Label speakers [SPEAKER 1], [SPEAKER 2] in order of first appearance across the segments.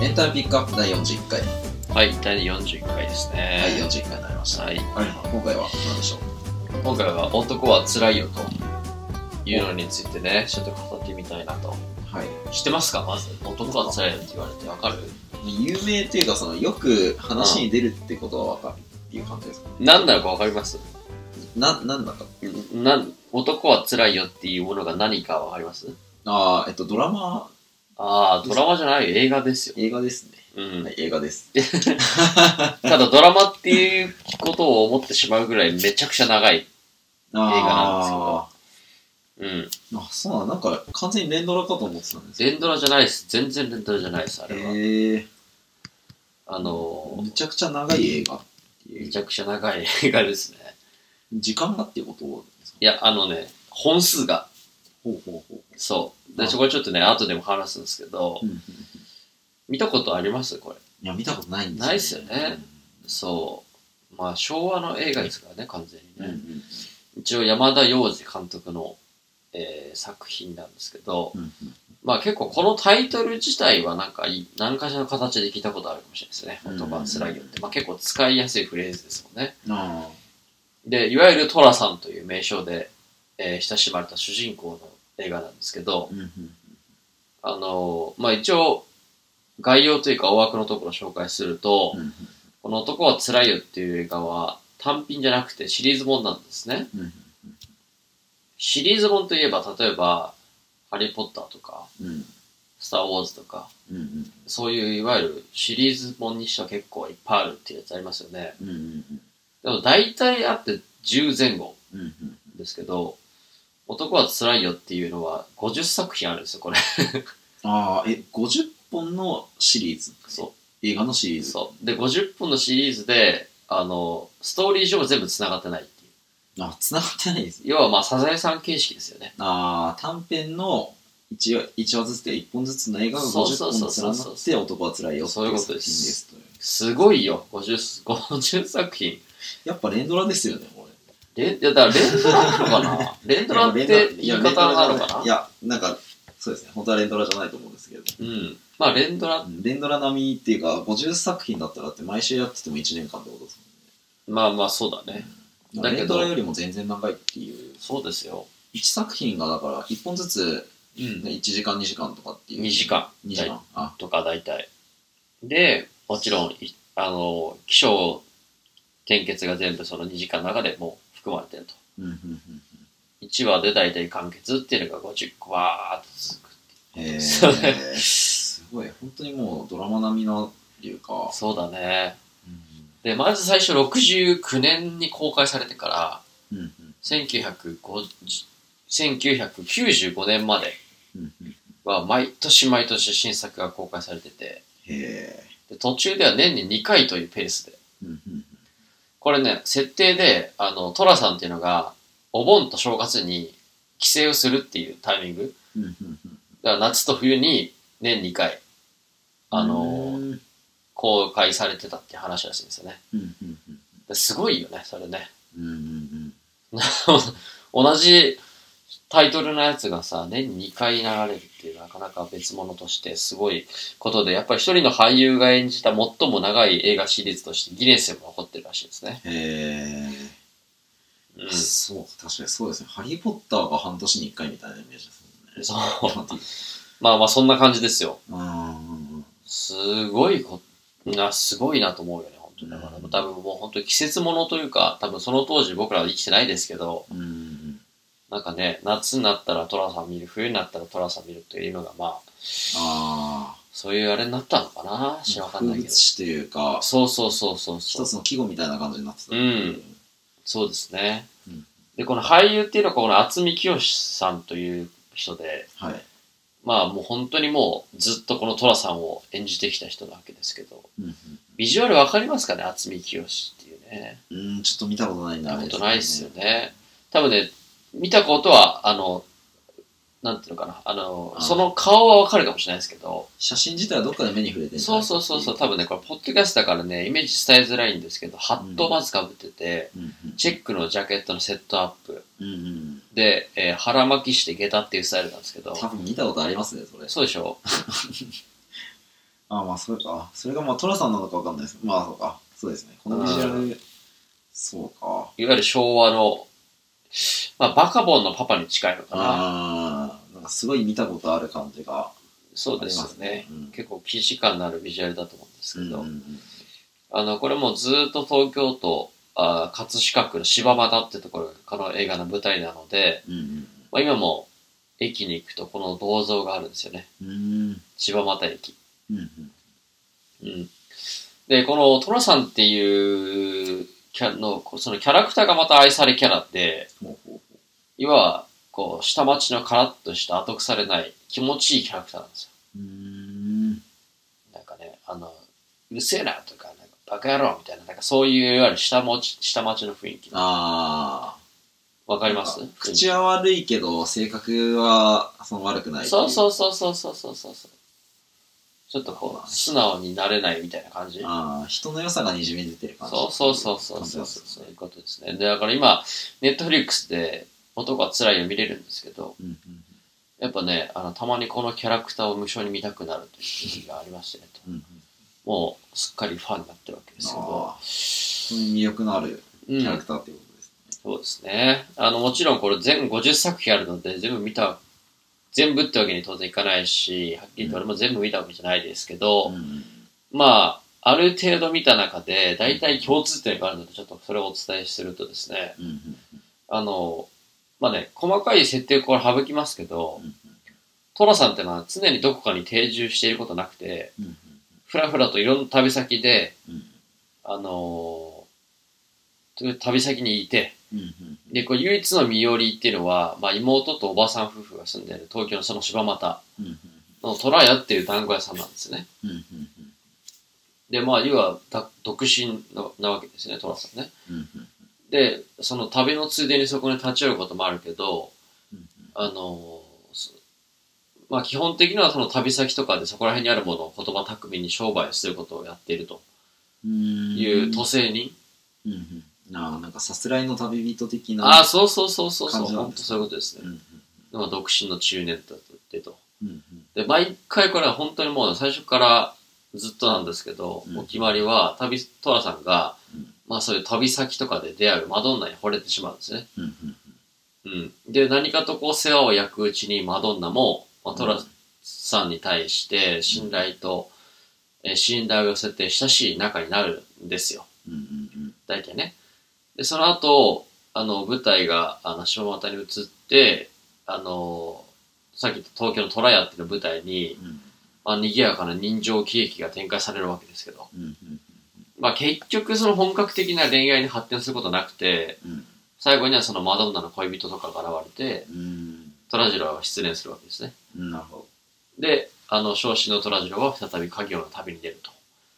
[SPEAKER 1] エンタメピックアップ第40回、
[SPEAKER 2] はい、第40回ですね。
[SPEAKER 1] 第40回になりました。
[SPEAKER 2] はい。
[SPEAKER 1] あれ今回は何でしょう
[SPEAKER 2] 今回は男は辛いよというのについてね、ちょっと語ってみたいなと。
[SPEAKER 1] はい。
[SPEAKER 2] 知ってますかまず、男は辛いよって言われてわかる
[SPEAKER 1] 有名っていうか、その、よく話に出るってことは分かるっていう感じですか
[SPEAKER 2] 何なのかわかります
[SPEAKER 1] な、なんだか。
[SPEAKER 2] なん男は辛いよっていうものが何かわかります
[SPEAKER 1] ああ、えっと、ドラマ、
[SPEAKER 2] ああ、ドラマじゃない映画ですよ。
[SPEAKER 1] 映画ですね。
[SPEAKER 2] うん
[SPEAKER 1] は。い、映画です。
[SPEAKER 2] ただドラマっていうことを思ってしまうぐらいめちゃくちゃ長い。
[SPEAKER 1] あ
[SPEAKER 2] うん。
[SPEAKER 1] ーあ、そうなんなんか、完全に連ドラかと思ってたんですけ
[SPEAKER 2] 連ドラじゃないです。全然連ドラじゃないです、あ
[SPEAKER 1] ど
[SPEAKER 2] れは。
[SPEAKER 1] へえ
[SPEAKER 2] あの
[SPEAKER 1] めちゃくちゃ長い映画って
[SPEAKER 2] ー、
[SPEAKER 1] い
[SPEAKER 2] め
[SPEAKER 1] う
[SPEAKER 2] ちゃくちゃ長い映画ですね。
[SPEAKER 1] 時間がっていうことですか
[SPEAKER 2] いや、あのね、本数が、
[SPEAKER 1] ほうほうほう。
[SPEAKER 2] そう。
[SPEAKER 1] あ
[SPEAKER 2] で、そこはちょっとね、後でも話すんですけど、
[SPEAKER 1] うんうん
[SPEAKER 2] 見たことありますこれ。
[SPEAKER 1] いや、見たことないんです
[SPEAKER 2] ないっすよね。そう。まあ、昭和の映画ですからね、完全
[SPEAKER 1] うん
[SPEAKER 2] にね。一応、山田洋次監督の、えー作品なんですけど、
[SPEAKER 1] うんうん
[SPEAKER 2] まあ結構このタイトル自体はなんかい、何かしらの形で聞いたことあるかもしれないですね。
[SPEAKER 1] うん
[SPEAKER 2] 言葉つらいよって。まあ結構使いやすいフレーズですもんね。
[SPEAKER 1] うん。あ
[SPEAKER 2] で、いわゆる寅さんという名称で、えー親しまれた主人公の映画なんですけど、
[SPEAKER 1] ーうんうん
[SPEAKER 2] あの、まあ、一応、概要というか大枠のところを紹介すると、
[SPEAKER 1] うん
[SPEAKER 2] この男は辛いよっていう映画は単品じゃなくてシリーズもんなんですね。
[SPEAKER 1] うん
[SPEAKER 2] シリーズもんといえば、例えば、ハリーポッターとか、
[SPEAKER 1] うん
[SPEAKER 2] スターウォーズとか、
[SPEAKER 1] うんうん
[SPEAKER 2] そういういわゆるシリーズもんにしては結構いっぱいあるっていうやつありますよね。
[SPEAKER 1] うんうん
[SPEAKER 2] でも大体あって10前後
[SPEAKER 1] うんうん
[SPEAKER 2] ですけど、男は辛いよっていうのは50作品あるんですよ、これ。
[SPEAKER 1] ああえ50本のシリーズ
[SPEAKER 2] そう。
[SPEAKER 1] 映画のシリーズ
[SPEAKER 2] そう。で、50本のシリーズで、あの、ストーリー上全部繋がってないっていう。
[SPEAKER 1] あ繋がってないですね
[SPEAKER 2] 要はまあ、サザエさん形式ですよね。
[SPEAKER 1] ああ短編の 1, 一話ずつで1本ずつの映画が
[SPEAKER 2] そうそ
[SPEAKER 1] 50
[SPEAKER 2] うそう
[SPEAKER 1] 本
[SPEAKER 2] そう
[SPEAKER 1] 連なって男は辛いよって
[SPEAKER 2] そういうことです
[SPEAKER 1] 作品です
[SPEAKER 2] すごいよ。50、50作品。
[SPEAKER 1] やっぱ連ドラですよねこれ
[SPEAKER 2] レン、いや、だから連ドラなのかな 連ドラっ
[SPEAKER 1] いや
[SPEAKER 2] て言い
[SPEAKER 1] 連
[SPEAKER 2] 方
[SPEAKER 1] ドラ
[SPEAKER 2] なのか
[SPEAKER 1] い
[SPEAKER 2] な
[SPEAKER 1] やなんかそうですね本当は連ドラじゃないと思うんですけど
[SPEAKER 2] うん。まあ、連ドラ、
[SPEAKER 1] 連ドラ並みっていうか50作品だったらって毎週やってても1年間ってことです
[SPEAKER 2] まあまあ、そうだね。
[SPEAKER 1] もんね
[SPEAKER 2] だけ
[SPEAKER 1] 連
[SPEAKER 2] ど
[SPEAKER 1] ドラよりも全然長いっていう
[SPEAKER 2] そうですよ。
[SPEAKER 1] 1作品がだから1本ずつ、
[SPEAKER 2] う
[SPEAKER 1] ね、
[SPEAKER 2] ん。
[SPEAKER 1] 1時間2時間とかっていう
[SPEAKER 2] 2時間。
[SPEAKER 1] 2時間あ
[SPEAKER 2] とか、大体。で、もちろん、いあの、気象、献血が全部その2時間の中でもう含まれてると。
[SPEAKER 1] うんうんうん
[SPEAKER 2] 1話で大体完結っていうのが50個わーっと続く
[SPEAKER 1] へえ
[SPEAKER 2] そう
[SPEAKER 1] すごい本当にもうドラマ並みのっていうか、
[SPEAKER 2] そうだね
[SPEAKER 1] う
[SPEAKER 2] でまず最初69年に公開されてから
[SPEAKER 1] んうんうん
[SPEAKER 2] 1950 1995年まで
[SPEAKER 1] うんうん、へ
[SPEAKER 2] は毎年毎年新作が公開されてて
[SPEAKER 1] え、
[SPEAKER 2] で途中では年に2回というペースで
[SPEAKER 1] うんうん
[SPEAKER 2] これね設定であの寅さんっていうのがお盆と正月に帰省をするっていうタイミング
[SPEAKER 1] うんうんうんうん、
[SPEAKER 2] だから夏と冬に年2回あの
[SPEAKER 1] うんうん
[SPEAKER 2] 公開されてたっていう話らしいんですよね
[SPEAKER 1] うんうん
[SPEAKER 2] ですごいよね、それね。
[SPEAKER 1] うんうん
[SPEAKER 2] 同じタイトルのやつがさ、年に2回流れるっていうなかなか別物としてすごいことで、やっぱり一人の俳優が演じた最も長い映画シリーズとしてギネスにも残ってるらしいですね。
[SPEAKER 1] へえ、
[SPEAKER 2] う
[SPEAKER 1] そう確かにそうですね「ハリー・ポッター」が半年に1回みたいなイメージですもんね
[SPEAKER 2] そう
[SPEAKER 1] パーティー
[SPEAKER 2] まあまあそんな感じですよ。
[SPEAKER 1] うん
[SPEAKER 2] すごいこ、な、すごいなと思うよね、本当に。だから
[SPEAKER 1] うん
[SPEAKER 2] 多分もう本当に季節ものというか、多分その当時僕らは生きてないですけど、
[SPEAKER 1] うんうん
[SPEAKER 2] なんかね、夏になったらトラさん見る、冬になったらトラさん見るっていうのがまあ、
[SPEAKER 1] あ
[SPEAKER 2] そういうあれになったのかな知ら
[SPEAKER 1] あ
[SPEAKER 2] わかんない
[SPEAKER 1] 風物
[SPEAKER 2] けど。
[SPEAKER 1] 詩というか
[SPEAKER 2] そうそうそうそう
[SPEAKER 1] 一
[SPEAKER 2] そう。
[SPEAKER 1] つの季語みたいな感じになってた
[SPEAKER 2] うんそうですね。
[SPEAKER 1] うん
[SPEAKER 2] で、この俳優っていうのはこの渥美清さんという人で、
[SPEAKER 1] はい、
[SPEAKER 2] まあもう本当にもうずっとこの寅さんを演じてきた人なわけですけど、
[SPEAKER 1] うんうん
[SPEAKER 2] ビジュアルわかりますかね渥美清っていうね。
[SPEAKER 1] うん、ちょっと見たことない
[SPEAKER 2] 見
[SPEAKER 1] な。
[SPEAKER 2] たことないですよね。多分ね、見たことは、あの、なんていうのかな、あの、
[SPEAKER 1] あー
[SPEAKER 2] その顔はわかるかもしれないですけど、
[SPEAKER 1] 写真自体はどっかで目に触れてんじゃ
[SPEAKER 2] そ
[SPEAKER 1] な
[SPEAKER 2] う
[SPEAKER 1] い
[SPEAKER 2] そうそうそう、多分ね、これポッドキャストだからね、イメージ伝えづらいんですけど、ハットをまずかぶってて、
[SPEAKER 1] うんうん
[SPEAKER 2] チェックのジャケットのセットアップ
[SPEAKER 1] うんうん。
[SPEAKER 2] で、えー腹巻きして下駄っていうスタイルなんですけど
[SPEAKER 1] 多分見たことありますね、それ。
[SPEAKER 2] そうでしょ
[SPEAKER 1] あ、まあ、それか。それが、まあ、トラさんなのかわかんないです。まあ、そうか。そうですね。このビジュアル、そうか。
[SPEAKER 2] いわゆる昭和の、まあ、バカボンのパパに近いのかな。
[SPEAKER 1] ああ、なんかすごい見たことある感じが
[SPEAKER 2] そう
[SPEAKER 1] あ
[SPEAKER 2] で
[SPEAKER 1] り
[SPEAKER 2] す
[SPEAKER 1] ま
[SPEAKER 2] よ
[SPEAKER 1] す
[SPEAKER 2] ね
[SPEAKER 1] ね。。うん
[SPEAKER 2] 結構既視感のあるビジュアルだと思うんですけど、
[SPEAKER 1] うんうんうん
[SPEAKER 2] あの、これもずっと東京都、あー葛飾区の柴又ってところがこの映画の舞台なので、
[SPEAKER 1] うん
[SPEAKER 2] まあ、今も駅に行くとこの銅像があるんですよね。
[SPEAKER 1] うん。うん
[SPEAKER 2] 柴又駅。
[SPEAKER 1] うんうん。
[SPEAKER 2] うん。で、このトラさんっていうキャの、こうそのキャラクターがまた愛されキャラで、
[SPEAKER 1] ほうほうほ
[SPEAKER 2] 要は、こう、下町のカラッとした後腐れない気持ちいいキャラクターなんですよ
[SPEAKER 1] う。うーん。
[SPEAKER 2] なんかね、あの、うるせえなとか、なんかバカ野郎みたいな、なんかそういう、いわゆる下町、下町の雰囲気。
[SPEAKER 1] ああ。
[SPEAKER 2] わかります
[SPEAKER 1] なんか口は悪いけど、性格は、その悪くない。。
[SPEAKER 2] そうそううそうそうそうそうそう。ちょっとこ
[SPEAKER 1] まあ
[SPEAKER 2] う、素直になれないみたいな感じ。
[SPEAKER 1] ああ、人の良さがにじみ出てる感じ。
[SPEAKER 2] そうそうそうそうそう、そういうことですね。で、だから今、ネットフリックスで、男は辛いを見れるんですけど、
[SPEAKER 1] う。うんうん。
[SPEAKER 2] やっぱね、あの、たまにこのキャラクターを無償に見たくなるという時期がありましてね、と
[SPEAKER 1] うんうん。
[SPEAKER 2] もう、すっかりファンになってるわけですけど、
[SPEAKER 1] ああそういう魅力のある
[SPEAKER 2] う
[SPEAKER 1] キャラ
[SPEAKER 2] ん
[SPEAKER 1] ク、ターってことです
[SPEAKER 2] そうですね。あの、もちろんこれ全50作品あるので、全部見た、全部ってわけに当然いかないし、はっきり言って俺も全部見たわけじゃないですけど、
[SPEAKER 1] ね。うん
[SPEAKER 2] まあ、ある程度見た中で、大体共通点があるので、ちょっとそれをお伝えするとですね、
[SPEAKER 1] うんうん
[SPEAKER 2] あの、まあね、細かい設定をこれ省きますけど
[SPEAKER 1] うんうん、
[SPEAKER 2] トラさんってのは常にどこかに定住していることなくて、
[SPEAKER 1] うん
[SPEAKER 2] ふらふらといろんな旅先で、
[SPEAKER 1] うん
[SPEAKER 2] あの、という旅先にいて、
[SPEAKER 1] うんうん
[SPEAKER 2] で、こう唯一の身寄りっていうのは、まあ、妹とおばさん夫婦が住んでる東京のその柴又
[SPEAKER 1] うんうん
[SPEAKER 2] の虎屋っていう団子屋さんなんですね。
[SPEAKER 1] うんうんうん
[SPEAKER 2] で、まあ、要はだ独身のなわけですね、虎さんね。
[SPEAKER 1] うん
[SPEAKER 2] で、その旅のついでにそこに立ち寄ることもあるけど、
[SPEAKER 1] うん
[SPEAKER 2] あの、そまあ、基本的にはその旅先とかでそこら辺にあるものを言葉巧みに商売することをやっていると
[SPEAKER 1] うん
[SPEAKER 2] いう都政人。
[SPEAKER 1] うんうんああなんかさすらいの旅人的な
[SPEAKER 2] ああ、そうそうそうそうそう、
[SPEAKER 1] 感じなん
[SPEAKER 2] 本
[SPEAKER 1] です
[SPEAKER 2] 当
[SPEAKER 1] ね
[SPEAKER 2] そういうことです
[SPEAKER 1] う
[SPEAKER 2] ね
[SPEAKER 1] ん。うん
[SPEAKER 2] まあ、独身の中年だってと。
[SPEAKER 1] うん
[SPEAKER 2] で、毎回これは本当にもう最初からずっとなんですけど、
[SPEAKER 1] うん
[SPEAKER 2] お決まりは、旅、トラさんが、
[SPEAKER 1] うん
[SPEAKER 2] まあそういう旅先とかで出会うマドンナに惚れてしまうんですね。
[SPEAKER 1] うんうん
[SPEAKER 2] うん。で、何かとこう世話を焼くうちにマドンナも、まあ、トラさんに対して信頼と、えー信頼を寄せて親しい仲になるんですよ。
[SPEAKER 1] うんうん
[SPEAKER 2] 大体ね。で、その後、あの、舞台が、あの、下股に移って、あの、さっき言った東京のトラヤっていう舞台に、
[SPEAKER 1] うん
[SPEAKER 2] まあ、賑やかな人情喜劇が展開されるわけですけど、
[SPEAKER 1] うんうん
[SPEAKER 2] まあ、結局その本格的な恋愛に発展することなくて、
[SPEAKER 1] うん
[SPEAKER 2] 最後にはそのマドンナの恋人とかが現れて、
[SPEAKER 1] うん
[SPEAKER 2] トラジロは失恋するわけですね。
[SPEAKER 1] うんなるほ
[SPEAKER 2] で、あの、昇進のトラジロは再び家業の旅に出ると。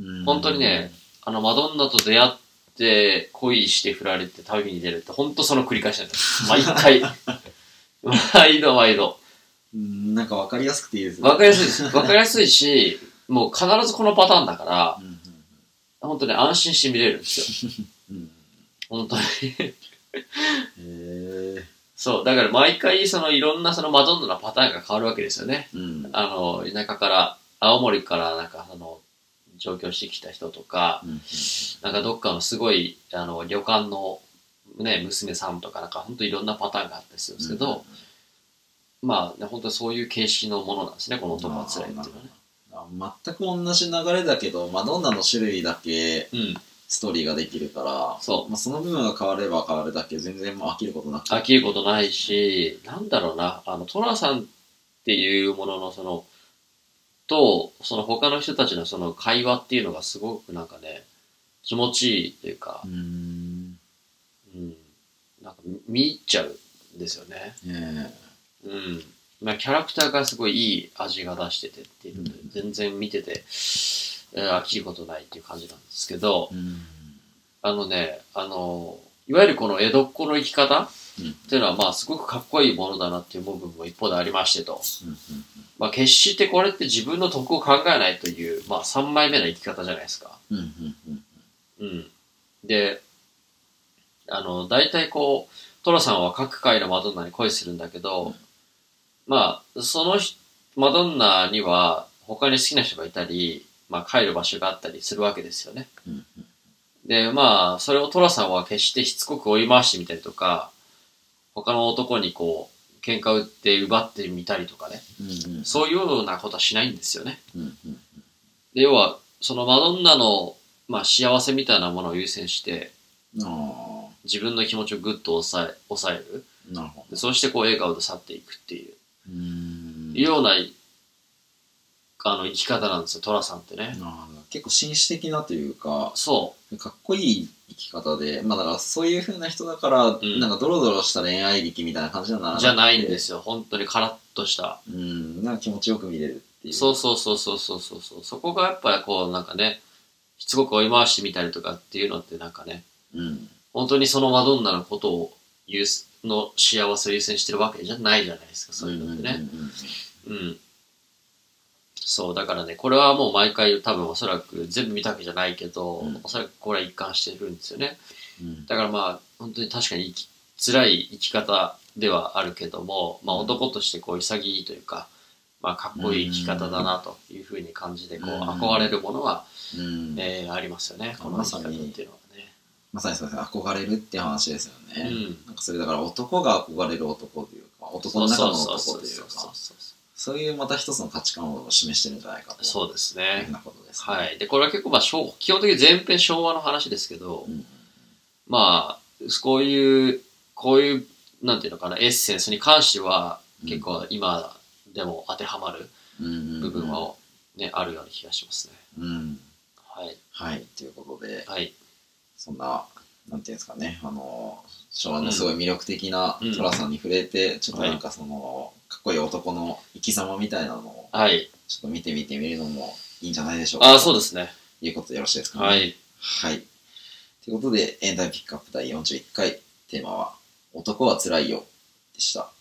[SPEAKER 1] どうん
[SPEAKER 2] 本当にねあの、マドンナと出会って、恋して振られて旅に出るって、本当その繰り返しなんです。毎回。毎度毎度。
[SPEAKER 1] うんなんかわかりやすくていいですね
[SPEAKER 2] わかりやすいです。わかりやすいし、もう必ずこのパターンだから、
[SPEAKER 1] うん
[SPEAKER 2] 本当に安心して見れるんですよ。
[SPEAKER 1] うんうん
[SPEAKER 2] 本当に。
[SPEAKER 1] へえ
[SPEAKER 2] そう、だから毎回そのいろんなそのマドンナのパターンが変わるわけですよね。
[SPEAKER 1] うん
[SPEAKER 2] あの、田舎から、青森からなんかその、上京してきた人とか、
[SPEAKER 1] うん
[SPEAKER 2] なんかどっかのすごい、あの、旅館のね、娘さんとか、なんか本当いろんなパターンがあったりするんですけど、まあ、ね、本当そういう形式のものなんですね、この男は辛いっていうのはね。
[SPEAKER 1] あ全く同じ流れだけどマドンナの種類だけ
[SPEAKER 2] うん、
[SPEAKER 1] ストーリーができるから
[SPEAKER 2] そう。
[SPEAKER 1] まあ、その部分が変われば変わるだけ全然もう飽きることなく
[SPEAKER 2] 飽きることないし、なんだろうな、あの、トラさんっていうもののその、と、その他の人たちのその会話っていうのがすごくなんかね、気持ちいいというか
[SPEAKER 1] う、ん
[SPEAKER 2] うん、なんか見入っちゃうんですよね。
[SPEAKER 1] ね
[SPEAKER 2] うん。まあ、キャラクターがすごいいい味が出しててっていうので
[SPEAKER 1] う、ん
[SPEAKER 2] 全然見てて、えー飽きることないっていう感じなんですけど
[SPEAKER 1] え、うん
[SPEAKER 2] あのね、あの、いわゆるこの江戸っ子の生き方っていうのは、まあ、すごくかっこいいものだなっていう部分も一方でありましてと。まあ、決してこれって自分の得を考えないという、まあ、3枚目の生き方じゃないですか。
[SPEAKER 1] うんうんうん
[SPEAKER 2] うん。で、あの、大体こう、トラさんは各界のマドンナに恋するんだけど、
[SPEAKER 1] うん
[SPEAKER 2] まあ、その人マドンナには他に好きな人がいたり、まあ、帰る場所があったりするわけですよね。
[SPEAKER 1] うん
[SPEAKER 2] で、まあ、それを寅さんは決してしつこく追い回してみたりとか、他の男にこう、喧嘩売って奪ってみたりとかね、
[SPEAKER 1] うんうん
[SPEAKER 2] そういうようなことはしないんですよね。
[SPEAKER 1] うんうん
[SPEAKER 2] で、要は、そのマドンナの、まあ、幸せみたいなものを優先して、
[SPEAKER 1] あ
[SPEAKER 2] 自分の気持ちをぐっと抑え、抑える。
[SPEAKER 1] あなるほ
[SPEAKER 2] でそうしてこう、笑顔で去っていくっていう、
[SPEAKER 1] どうーん
[SPEAKER 2] いうような、あの、生き方なんですよ、寅さんってね。
[SPEAKER 1] あー結構紳士的なというか
[SPEAKER 2] そ
[SPEAKER 1] かっこいい生き方でまあだからそういう風な人だから、
[SPEAKER 2] ん
[SPEAKER 1] なんかドロドロした恋愛劇みたいな感じじゃなら
[SPEAKER 2] う、じゃないんですすよ。本当にカラッとした。
[SPEAKER 1] うんなんか気持ちよく見れるっていう
[SPEAKER 2] そうそうそうそうそうそうそうそこがやっぱりこうなんかねしつこく追い回してみたりとかっていうのってなんかね
[SPEAKER 1] うん
[SPEAKER 2] 本当にそのマドンナのことを優先の幸せを優先してるわけじゃないじゃないですかそういうのってね
[SPEAKER 1] うんうんうん
[SPEAKER 2] うん、そうだからねこれはもう毎回多分おそらく全部見たわけじゃないけど、
[SPEAKER 1] うん
[SPEAKER 2] おそらくこれは一貫してるんですよね
[SPEAKER 1] うん
[SPEAKER 2] だからまあ本当に確かに生き辛い生き方ではあるけども、まあ、男としてこう潔いというか、まあ、かっこいい生き方だなというふうに感じてこう
[SPEAKER 1] うん
[SPEAKER 2] 憧れるものは、
[SPEAKER 1] うん
[SPEAKER 2] えーありますよねこの
[SPEAKER 1] ま
[SPEAKER 2] 生
[SPEAKER 1] さ
[SPEAKER 2] き
[SPEAKER 1] に
[SPEAKER 2] 方っていうのはね。
[SPEAKER 1] まさにそうですね憧れるっていう話ですよ
[SPEAKER 2] う
[SPEAKER 1] ね、
[SPEAKER 2] ん
[SPEAKER 1] なんかそれだから男が憧れる男というか男
[SPEAKER 2] そ
[SPEAKER 1] の
[SPEAKER 2] う
[SPEAKER 1] 中
[SPEAKER 2] そ
[SPEAKER 1] の
[SPEAKER 2] うそうそ
[SPEAKER 1] 男
[SPEAKER 2] う
[SPEAKER 1] という
[SPEAKER 2] そうそう
[SPEAKER 1] かそういうまた一つの価値観を示してるんじゃないかと
[SPEAKER 2] そうです
[SPEAKER 1] いうふう
[SPEAKER 2] ね。
[SPEAKER 1] なことです、ね、
[SPEAKER 2] はい、でこれは結構まあ昭基本的に全編昭和の話ですけど、
[SPEAKER 1] うん
[SPEAKER 2] まあこういうこういうなんていうのかなエッセンスに関しては結構今でも当てはまる部
[SPEAKER 1] 部
[SPEAKER 2] 分は、ねあるような気がしますね。
[SPEAKER 1] うん
[SPEAKER 2] はい。
[SPEAKER 1] はいということで
[SPEAKER 2] はい。
[SPEAKER 1] そんななんていうんですかねあの昭和のすごい魅力的な
[SPEAKER 2] うん
[SPEAKER 1] 寅さんに触れて、ちょっとなんかその、かっこいい男の生き様みたいなのを
[SPEAKER 2] はい。
[SPEAKER 1] ちょっと見てみてみるのもいいんじゃないでしょうか
[SPEAKER 2] ああ、そうですね。
[SPEAKER 1] ということでよろしいですかね
[SPEAKER 2] はい。
[SPEAKER 1] はい。ということで、エンタイピックアップ第41回、テーマは、男はつらいよ、でした。